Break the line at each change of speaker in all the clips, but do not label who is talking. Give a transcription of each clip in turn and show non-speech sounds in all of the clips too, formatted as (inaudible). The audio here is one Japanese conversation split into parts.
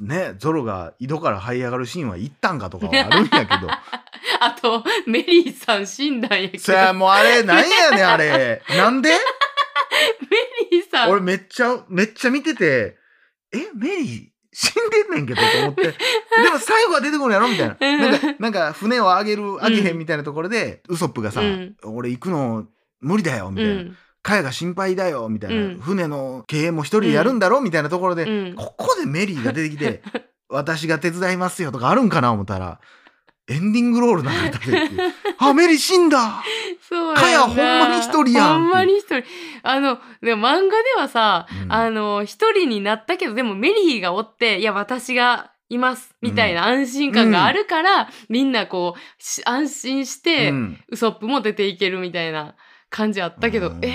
ね、ゾロが井戸から這い上がるシーンは行ったんかとかはあるんやけ
(laughs)
ど。
あと、メリーさん死んだんやけど
そ。や、もうあれ、なんやねん、あ
(laughs)
れ。なんで
メリーさん、
俺めっちゃ、めっちゃ見てて、え、メリー死んでんねんけどと思
(laughs)
って。でも最後は出てこるやろみたいな。
うん
なんか、なんか船を上げる、上げへ
うん
んみたいなところで、ウソップがさ、
うん
俺行くの無理だよ、みた
う
いな。
ん。
カヤが心配だよ、みたいな。
うん
船の経営も一人でやるんだろみたいなところで、
うん
ここでメリーが出てき
(laughs)
て、私が手伝いますよとかあるんかな思ったら、エンディングロール流れたっていう。あ、メリー死んだ
そう
かや
な
ほんまに一人やん
ほんまに一人。あの、でも漫画ではさ、
うん
あの、一人になったけど、でもメリーがおって、いや、私が、いますみたいな安心感があるから、みんなこうし安心して、
うん
ウソップも出ていけるみたいな感じあったけど、
うん
えー、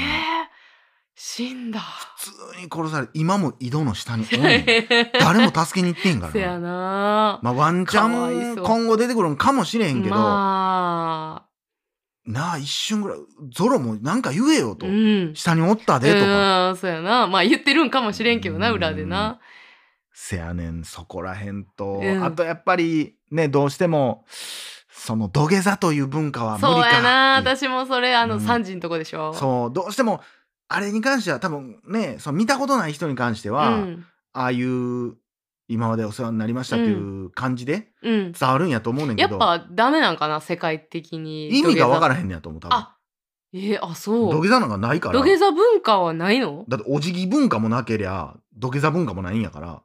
死んだ。
普通に殺されて今も井戸の下におんねん
(laughs)
誰も助けに行ってんか
そや
らな
な
まあワンチャ
かわい
ン
そう
今後出てくるんかもしれへんけど、
まあ、
なあ一瞬ぐらいゾロもなんか言えよと、
うん。
下におったでとか、
うん、そうやな。まあ言ってるんかもしれんけどな、
うん
裏でな。
せやねんそこらへんと、
うん
あとやっぱりねどうしてもその土下座という文化は無理か
そうやな。
っていう
私もそれ、あの、
うん
3時のとこでしょ。
そうどうしてもあれに関しては多分ねその見たことない人に関しては、
うん。
ああいう今までお世話になりましたっていう感じで
うん。
伝わるんやと思うねんけ
や
ど、
っぱダメなんかな、世界的に。
意味が分かららへんねやと思う多分
あ、えあ、そう。
土下座なんかないから
土下座文化はないの
だってお辞儀文化もなけりゃ土下座文化もないんやから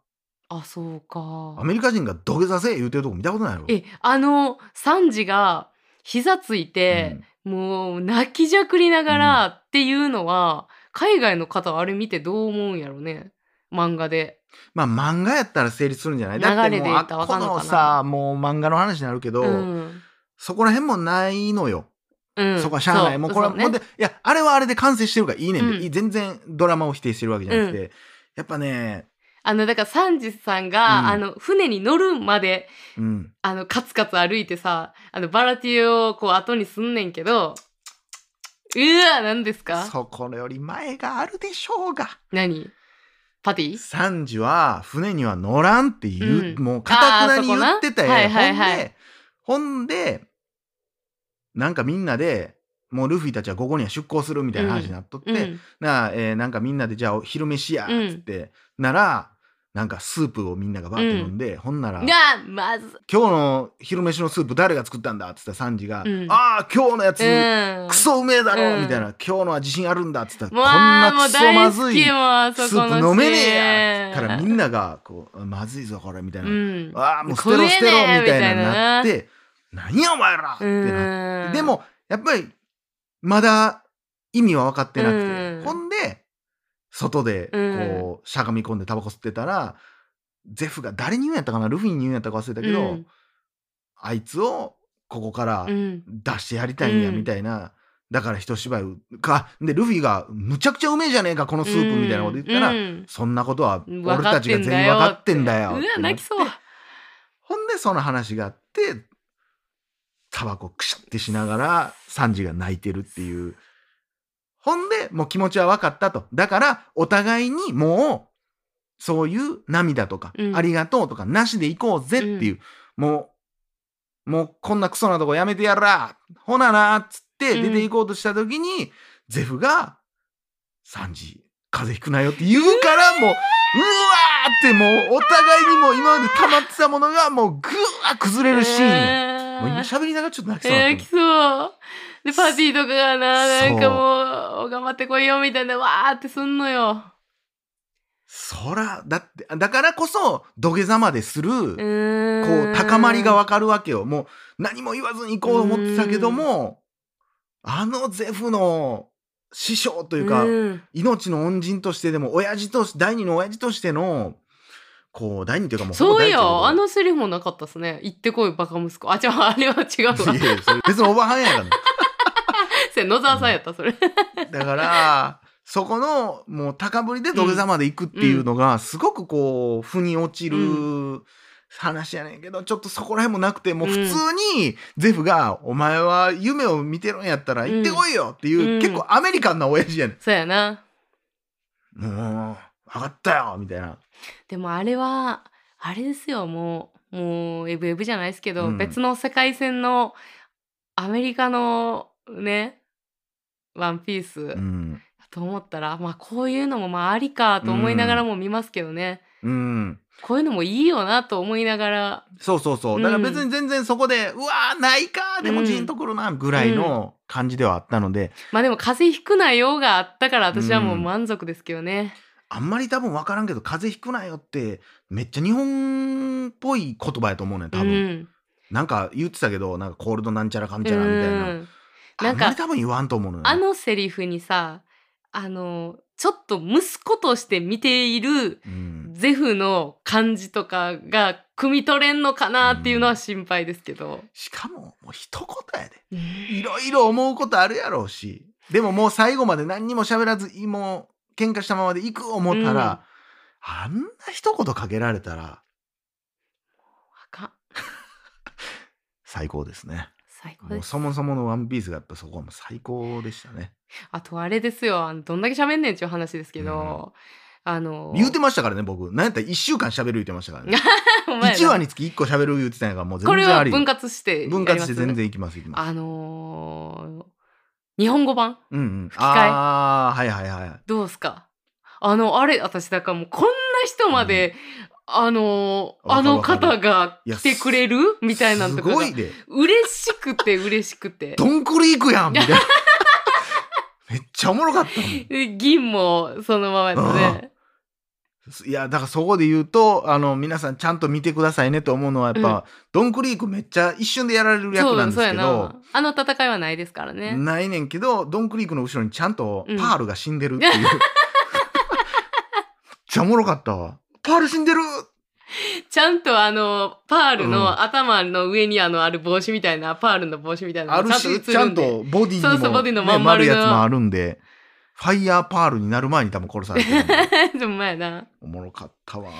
あ、そうか
ア。メリカ人が土下座せえ言うてるとこ見たことないやろ
え、あの、3時が膝ついて、もう泣きじゃくりながらっていうのは、海外の方はあれ見てどう思うんやろね漫画で。
うんまあ漫画やったら成立するんじゃない
流れ
だっ
で
てもう
言
あ
っ
った
らわ
こ
かんのかな
のさもう漫画の話になるけど、
うん
そこら辺もないのよ、
うん、
そこはしゃあない
そ
もうこれは
そね
もうでいやあれはあれで完成してるからいいねんで、
うん
いい全然ドラマを否定してるわけじゃなくて、やっぱね
あのだからサンジさんが、
うん
あの船に乗るまで
うん
あのカツカツ歩いてさあのバラティをこう後にすんねんけどうわ何ですか
そこより前があるでしょうが
何パティ
サンジは船には乗らんっていう、
うん
もうかたくなに
あーそこな
言ってたよ、
はいはいはい
ほんでほんでなんかみんなでもうルフィたちはここには出航するみたいな話になっとって、
うん
なあ、えーなんかみんなでじゃあお昼飯やっ
うん
つって、ならなんかスープをみんながバーって飲んで、ほんなら「今
がまず
日の昼飯のスープ誰が作ったんだ?」っつったらサンジが「
うん
ああ今日のやつ、
うん
クソうめえだろ」
うん
みたいな「今日のは自信あるんだ」っつったら、
もう
こんな
もう
クソま
大
ず
好
い
きも
ス
うそこの
ープ飲めねえや
シーン
からみんながこう「まずいぞこれ」みたいな「
うん
ああもう捨てろ捨てろ」
食えねえ
みたいなのに
みたいな
なって「何やお前ら!」ってなって、
うん
でもやっぱりまだ意味は分かってなくて、
うん
ほんで外でこうしゃがみ込んでタバコ吸ってたら、ゼフが誰に言うんやったかなルフィに言うんやったか忘れたけど、
うん
あいつをここから
うん
出してやりたいんや
うん
みたいな、だから一芝居かでルフィが「むちゃくちゃうめえじゃねえかこのスープ」みたいなこと言ったら、
うん
そんなことは
うん
俺たちが全員分かってんだよ
う
って
わ
なっ
泣
て
きそう
ほんでその話があってタバコくしゃってしながらサンジが泣いてるっていうほんでもう気持ちは分かったとだからお互いにもうそういう涙とか、
うん
ありがとうとかなしで行こうぜっていう、もうもうこんなクソなとこやめてやらほななっつって出て行こうとした時に、ゼフが「サンジ風邪ひくなよ」って言うからもううわーってもうお互いにもう今まで溜まってたものがもうぐわー崩れるシーンや、
えー
もう今喋りながらちょっと泣きそうにな
え
っ
ー、
た
来そう。で、パーティーとかがな、
そ
な
うん
かもう、頑張ってこいよみたいな、わーってすんのよ。
そらだってだからこそ土下座までする、
うー
こ
ん。
う高まりがわかるわけよもう何も言わずに行こうと思ってたけどもあのゼフの師匠と
と
いうか、命の恩人としてでも親父とし第二の親父としてのこう第二というかもうほぼ
そう
第一だけど
よ。あのセリフもなかったっすね。行ってこい、バカ息子。あ、違う、あれは
(laughs)
違うわ。
いやいやそれ別におばはんやから
それ野沢さんやった、それ。
だから、そこの、もう高ぶりで土下座まで行くっていうのが、すごくこう、腑に落ちる話やねんけど、ちょっとそこら辺もなくて、もう普通に、ゼフが、お前は夢を見てるんやったら行ってこいよっていう、
うん
結構アメリカンな親父やね
そうやな。
ん。もう、分かったよみたいな。
でもあれは、あれですよもうもうエブエブじゃないですけど、
うん
別の世界線のアメリカのねワンピース、
うん。
と思ったらまあこういうのもまあありかと思いながらも見ますけどね、
うん。
こういうのもいいよなと思いながら
そうそうそう。だから別に全然そこで、うわー、ないかーでもジーンとくるな、ぐらいの感じではあったので、
まあでも風邪ひくなよがあったから私はもううん満足ですけどね。
あんまり多分分からんけど、風邪ひくなよって、めっちゃ日本っぽい言葉やと思うねん、多
う
分。
ん
なんか言ってたけど、なんかコールドなんちゃらかんちゃらみたいな。
うん
あん
な
ま
ん
り
か
多分言わんと思うのよね。
あのセリフにさあのちょっと息子として見ている
うん、
ゼフの感じとかが汲み取れんのかなっていうのは心配ですけど。
しかも、もう一言やで。
うん
いろいろ思うことあるやろうし。でももう最後まで何にも喋らず、もう喧嘩したままで行く思ったら、あんな一言かけられたら
あかん
最高ですね。
最高
も
で
う
す
そもそものワンピースがやっぱそこはもう最高でしたね。
あとあれですよあのどんだけ喋んねんっていう話ですけど、あの
言うてましたからね、僕。なんやったら1週間喋る言うてましたからね。
(laughs) お前ら
1話につき1個喋る言うてたんやから、もう全
これ
然あ
は
り。
分割して
分割して
やりま
全
す
然いきます、いきます。
あのー日本語版
うんうん。
替え
ああ、はいはいはい。
どうすかあのあれ私だからもうこんな人まで、あのー
わか
あ
る
の
わかる
方が
いや
来てくれるみたいなん
す
とかが
ごいで。
嬉しくて嬉しくて
ドンクリークやんみ
(laughs)
たいな。めっちゃおもろかったもん。
で銀もそのままやったね
いや、だからそこで言うと、あの、皆さんちゃんと見てくださいねと思うのは、やっぱ、ドンクリークめっちゃ一瞬でやられる
そ
役なん
う
で
そう
す
や
けど
な、あの戦いはないですからね
ないねんけど、ドンクリークの後ろにちゃんと
うん
パールが死んでるって
(laughs)
いう。めっちゃおもろかったわ。パール死んでる
ちゃんとあのパール
うん
の頭の上にあのある帽子みたいなパールの帽子みたいな
あ
の
る
がちゃんと
し、
映るんで
ちゃんとボディにも、
そうそうボディの
ね
まん
丸
丸
い
の
やつもあるんで、ファイヤーパールになる前に多分殺されてるんで
(laughs) でもまあな
おもろかったわ。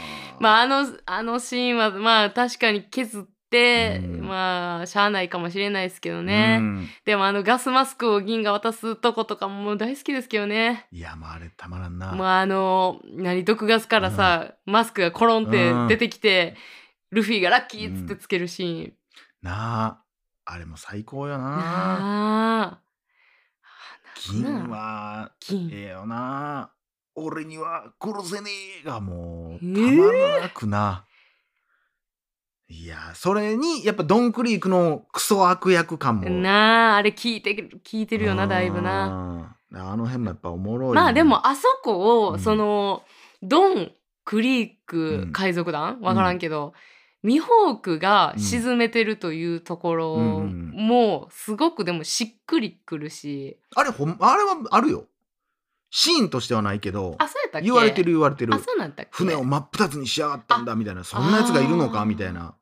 まああのあのシーンはまあ確かに削って、
うん
まあしゃあないかもしれないですけど
あ
ね、でもあのガスマスクを銀が渡すとことかも大好きですけどね
いや、まああれたまらんな。
もうあの何毒ガスからさ、マスクがコロンって出てきて、ルフィがラッキーっつってつけるシーン、
なあ、あれも最高よな。
ああ
銀は
銀
ええよな俺には殺せねえがもうた
え
ま
ー
らなくな、いやそれにやっぱドンクリークのクソ悪役感も
なああれ聞いてる聞いてるよなだいぶな
うんあの辺もやっぱおもろい
まあでもあそこを、
うん
そのドン・クリー
う
ク
ん
海賊団わからんけど、ミホークが沈めてるというところ
うんうんうん
もすごくでもしっくりくるし、
あれほんあれはあるよシーンとしてはないけど
あそうやったっけ
言われてる言われてる
あそうなんだっけ
船を真っ二つにしやがったんだみたいなそんなやつがいるの
あ
か
ー
みたいな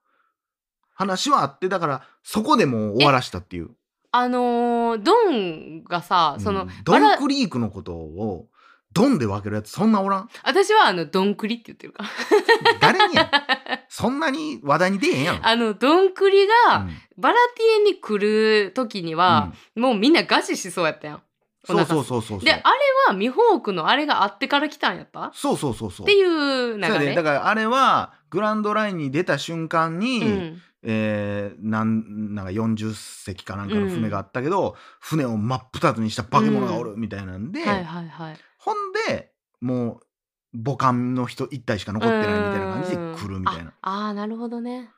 話はあってだからそこでもう終わらしたっていう
あのードンがさその、
うん
バ
ド
ラ
ンクリークのことをドンで分けるやつそんなおらん
私はあのドンクリって言ってるから (laughs)
誰にやんそんなに話題に出えへんやん
あのドンクリ
う
が
ん
バラティエに来る時には、もうみんな餓死しそうやったやん。
うんそうそうそうそうそう
であれはミホークのあれがあってから来たんやった
そうそうそうそう
っていう流
そうやで
れ。
だからあれはグランドラインに出た瞬間に、
うん
えーなんなんか40隻かなんかの船があったけど、船を真っ二つにした化け物がおるみたいなんで、
はいはいはい。
ほんでもう母艦の人一体しか残ってないみたいな感じで来るみたいな
あ。あーなるほどね。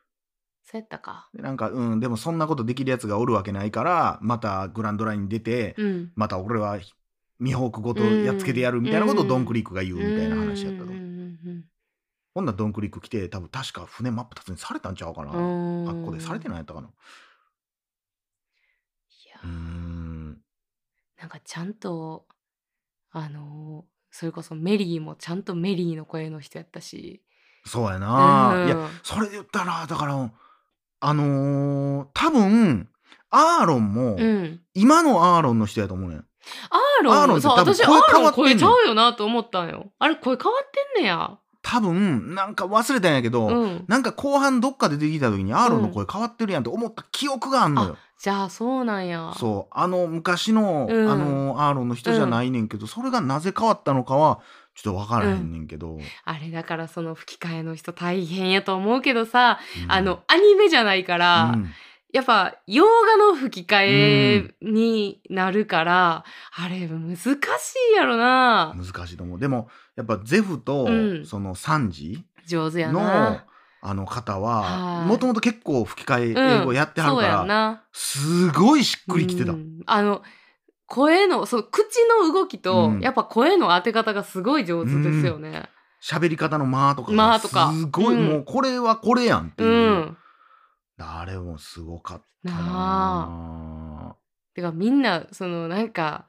そうやったか。
でなんかうんでもそんなことできるやつがおるわけないからまたグランドラインに出て、
うん。
また俺はミホークごとやっつけてやるみたいなことを
うん
ドンクリークが言うみたいな話やったと、
うんうん
ほんならドンクリーク来て多分確か船真っ二つにされたんちゃうかな、
うんうん。
あっこでされて
い
ないやったかな
や
うーん
なんかちゃんとあのーそれこそメリーもちゃんとメリーの声の人やったし。
そうやな、
うん
いやそれで言ったらだからあのー多分アーロンも、
うん。
今のアーロンの人やと思うねん
アーロン
アーロンって
そう
多分
私ア
声
ー
変
ロ
わ
ン
ってんねん
声ちゃうよなと思ったんよ。あれ声変わってんねや。
多分なんか忘れたんやけど、
うん、
なんか後半どっかで出てきた時にアーロンの声変わってるやんって思った記憶があんのよ。
じゃあそうなんや
そうあの昔の、
うん
あのアーロンの人じゃないねんけど、それがなぜ変わったのかはちょっと分からへんねんけど、
あれだからその吹き替えの人大変やと思うけどさ、
うん
あのアニメじゃないから、
うん
やっぱ洋画の吹き替えになるから、あれ難しいやろな
難しいと思うでもやっぱゼフと、
うん
そのサンジ
上手や
の
な
あの方
は
はいもともと結構吹き替
う
え
ん
英語やってはる
そう
から、
やな
すごいしっくりきてた、
うんあの声のそう口の動きと、
うん
やっぱ声の当て方がすごい上手ですよね
喋り方の間とか
間
が
とか
すごい、
うん
もうこれはこれやんって
う
い
ん、
う、あれもすごかったなあ
てかみんなそのなんか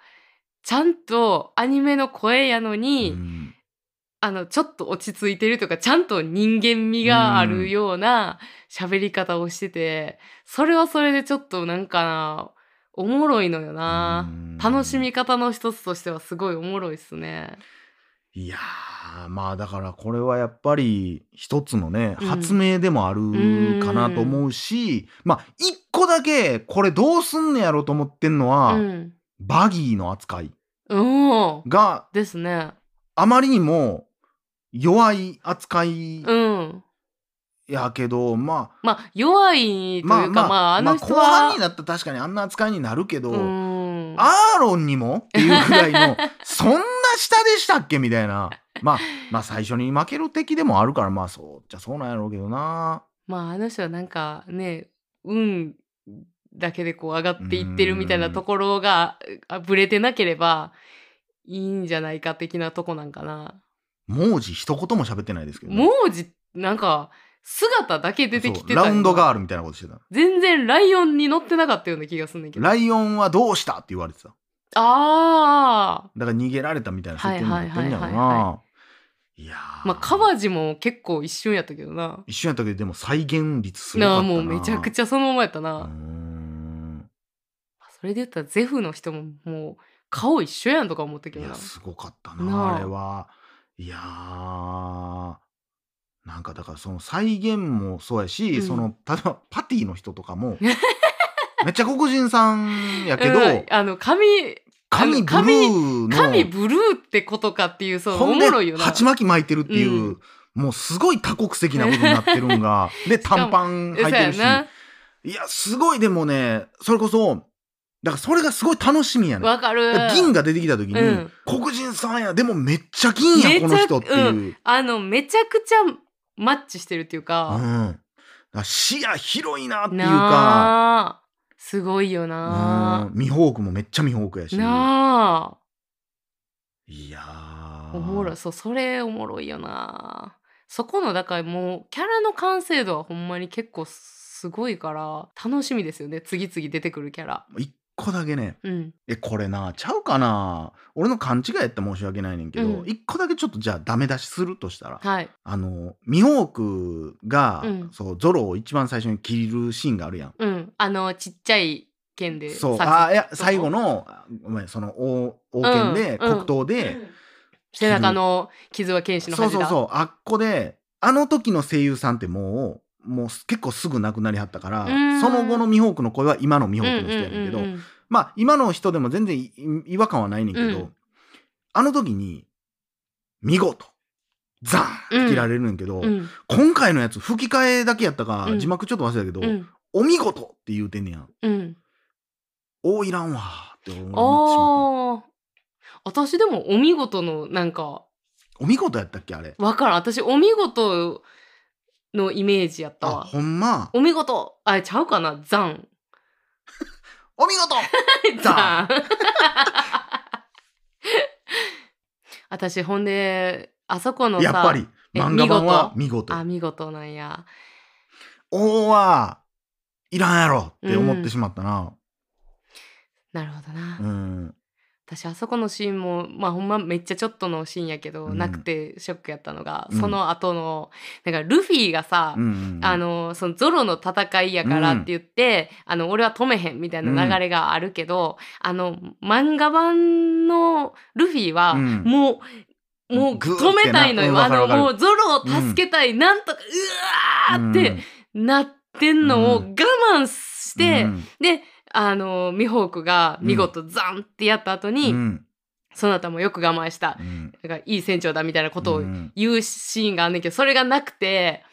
ちゃんとアニメの声やのに、
うん
あのちょっと落ち着いてるとかちゃんと人間味があるような喋り方をしてて、それはそれでちょっとなんかなおもろいのよな、
うん
楽しみ方の一つとしてはすごいおもろいっすね。
いやーまあだからこれはやっぱり一つのね、
うん
発明でもあるかなと思うし、まあ一個だけこれどうすんねやろと思ってんのは、
うん、
バギーの扱い
うん
が
ですね。
あまりにも弱い扱い
うん、
やけど、まあ
まあ弱いというか、まああ、の人
まあ後半
は、
になったら確かにあんな扱いになるけど、
うん
アーロンにもっていうぐらい
(laughs)
のそんな下でしたっけみたいなまあまあ最初に負ける敵でもあるからまあそうじゃそうなんやろうけどな
まああの人はなんかね運だけでこう上がっていってるみたいなところがあぶれてなければいいんじゃないか的なとこなんかな。
文字一言も喋ってないですけどね、
文字なんか姿だけ出てきて
そ
た
う
よ
ラウンドガールみたいなことしてた
全然ライオンに乗ってなかったような気がするんだけど。あ
ライオンはどうしたって言われてた
あ
だから逃げられたみたいな設定になってんやろ
はいはいはい
ないや
ーま
ー
あ川地も結構一瞬やったけどな。
一瞬やったけどでも再現率すごかった
なあ
な
もうめちゃく
ゃ
ちゃそのままやったな。
ん
それで言ったらゼフの人ももう顔一緒やんとか思ったけ
い
どな
や。すごかった
なあ
なあれはいやーなんかだからその再現もそうやし、
うん
その例えばパティの人とか
(laughs)
もめっちゃ黒人さんやけど、
うんあの髪
髪ブルーの
神ブルーってことかっていうそうお
ほん
も
で
ろいよな
鉢巻き巻いてるっていう、
うん
もうすごい多国籍なことになってるん
(laughs)
がで
かも
短パン履
え
い
そう
て
や
るし
ない
やすごいでもねそれこそだからそれがすごい楽しみやねん
わかる
だから銀が出てきた時に、
うん
黒人さんやでもめっちゃ銀や
めち
こ
ゃ
の人っていう、
うあのめちゃくちゃマッチしてるっていう
うん、
か、
だから視野広いなっていうか、
なあすごいよ
うん
な、
ミホークもめっちゃミホークやし。
なあ
いやー
おもろいそうそれおもろいよなそこのだからもうキャラの完成度はほんまに結構すごいから楽しみですよね次々出てくるキャラ
一個だけね、
うん
え、これな、ちゃうかな。俺の勘違いやったら申し訳ないねんけど、
うん
一個だけちょっとじゃあダメ出しするとしたら、
はい
あの、ミホークが、
うん
そう、ゾロを一番最初に切るシーンがあるやん。
うんあのちっちゃい剣で
そう、
さ
あ、いや、最後の、あごめん、その、王王権で、
うんうん
黒刀で、
背中の傷は剣士の
そう
恥
そ
だ
うそうあっこであの時の声優さんってもうもう結構すぐ亡くなりはったから
うん
その後のミホークの声は今のミホ
うん
ーク
うん
の人やねんけど、
うんうん
まあ今の人でも全然い違和感はないねんけど、
うん
あの時に見事ザーンって切られるねんけど、
うん
今回のやつ吹き替えだけやったか、
うん
字幕ちょっと忘れたけど、
うん
お見事って言うてんねやん。
うん、
おいらんわーって思ってしまって
あー私でもお見事のなんか
お見事やったっけあれ。
わからん私お見事のイメージやった
あ
わ
ほんま。
お見事あちゃうかなザン
お見
(laughs)
事
ザン (laughs) 私ほんであそこのさ
やっぱり
え
漫画版は見事
あ見事なんや
王はいらんやろって思ってしまったな。
なるほどな、
うん。
私あそこのシーンもまあほんまめっちゃちょっとのシーンやけど、
うん
なくてショックやったのが、
うん
その後のなんかルフィがさ、
うん
あ、のそのゾロの戦いやからって言って、あの俺は止めへんみたいな流れがあるけど、あの漫画版のルフィは、
うん
もうもう
グーってな
止めたいの
うん
よ。
わ
あ
かる
の、
わかる
もうゾロを助けたい、なんとか、うわーってなってんのを
う
我
ん
慢して、で、あの、ミホークが見事ザンってやった後に、そなたもよく我慢した。だからいい船長だみたいなことを言うシーンがあんねんけど、それがなくて、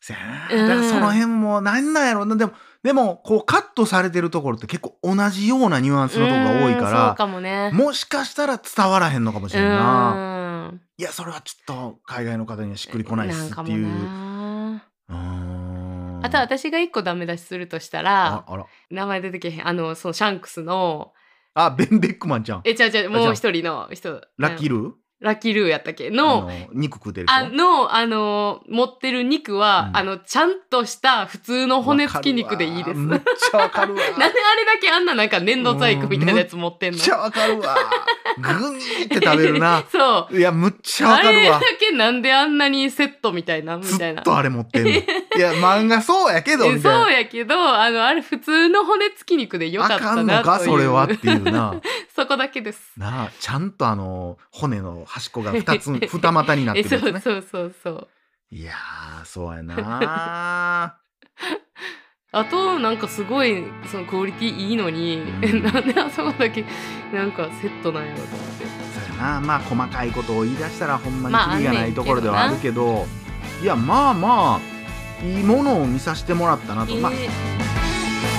せやな
うん
だからその辺もなんなんやろうなでもでもこうカットされてるところって結構同じようなニュアンスのとこが多いか
うーんそう
ら
かもね。
もしかしたら伝わらへんのかもしれんな
うん
いやそれはちょっと海外の方にはしっくりこないっすっていう
なんかもな
うーん
あと私が一個ダメ出しするとした
あ
ら、
あら
名前出てけへん。あの、そのシャンクスの、
あベン・ベックマンちゃん
え、ちゃうちゃう、もう一人の人。
ラッキー
ル
ルー
ラッキールーやったっけ
あ
の、
の肉食うてる人
あの、あの、持ってる肉は、
うん
あの、ちゃんとした普通の骨付き肉でいいで
わか
す。
るわめっちゃわかるわ
(laughs) なんであれだけあんななんか粘土細工みたいなやつ持ってん
め
の
っちゃわかるわグニーって食べる
(laughs)
な
そう。
いやむっちゃわ
あ
かる
れだ
わ
けなんであんなにセットみたいなみ
ず
たいな
っ。とあれ持って
(laughs)
んのいや漫画そうやけど
え
みたいな
そうやけどあのあれ普通の骨付き肉でよか
あ
っ
か
た
んの
なという
かそれはっていうな
そこだけです
なあちゃんとあの骨の端っこが2つ
(laughs)
二股になって
え
る
そ
やつ
う
ね
そうそうそう
いやーそうやな
あとなんかすごいそのクオリティいいのに、
うん
なんであそこだけなんかセットなんやろと思って
そうやなまあ細かいことを言い出したらほんまに
まあ
キリがないところではあるけど,、いやまあまあいいものを見させてもらったなと、まあ
えー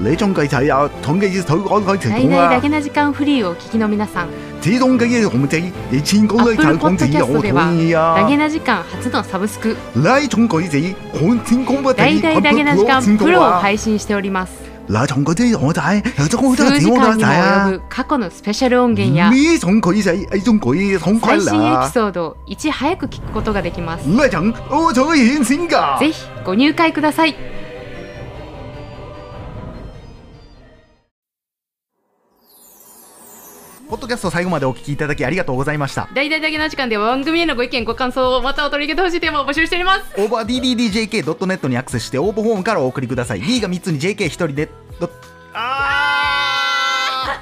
你中計睇下統計頭講佢
ナ
成
イ
功
ナイ
啦
だけ！な時間フリーをお聞きの皆さん、
始終計嘅紅仔，你千高都睇港紙我同意啊
ダ！ゲな時間初のサブスク、
那重計子，港千公不
ダイ
睇，
ダイダゲな時間
千
プ
高
ロを
啊！
配信しております。
那重嗰啲我睇，有種好多
数時
錢我都
間にも
睇啊！
及ぶ過去のスペシャル音源や
呢種計仔，呢種計統
最
計
新エピ
啦！
ソードをいち早く聞くことができます。
那種我重顯先噶。
ぜひご入会ください。
ポッドキャスト最後までお聞きいただきありがとうございました。
大々だけな時間では番組へのご意見、ご感想、またお取り上げてほしいテーマを募集しております。
オーバー DDDJK.net にアクセスして応募フォームからお送りくだ (laughs) さい。D が3つに JK1 人で。どあ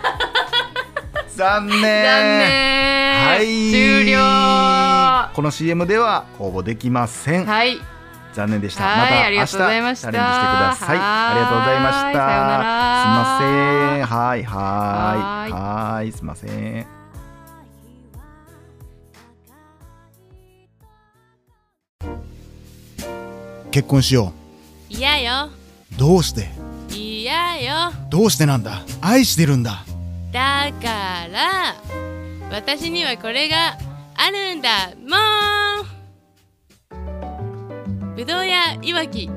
ー (laughs) 残念
残念。
はい
終了。は
この CM では応募できません。
い。
残念でした。
はい
また
あり
明
が
日
と
チ
うござ
ャレ
い
ン
ま
ジし
してた
ください。
はい
ありがとうございました。
さようなら
すいません。はいはいはいはいすいません。
結婚しよ
嫌よ
うどうして
嫌よ
どうしてなんだ愛してるんだ
だから私にはこれがあるんだもんぶどうやいわき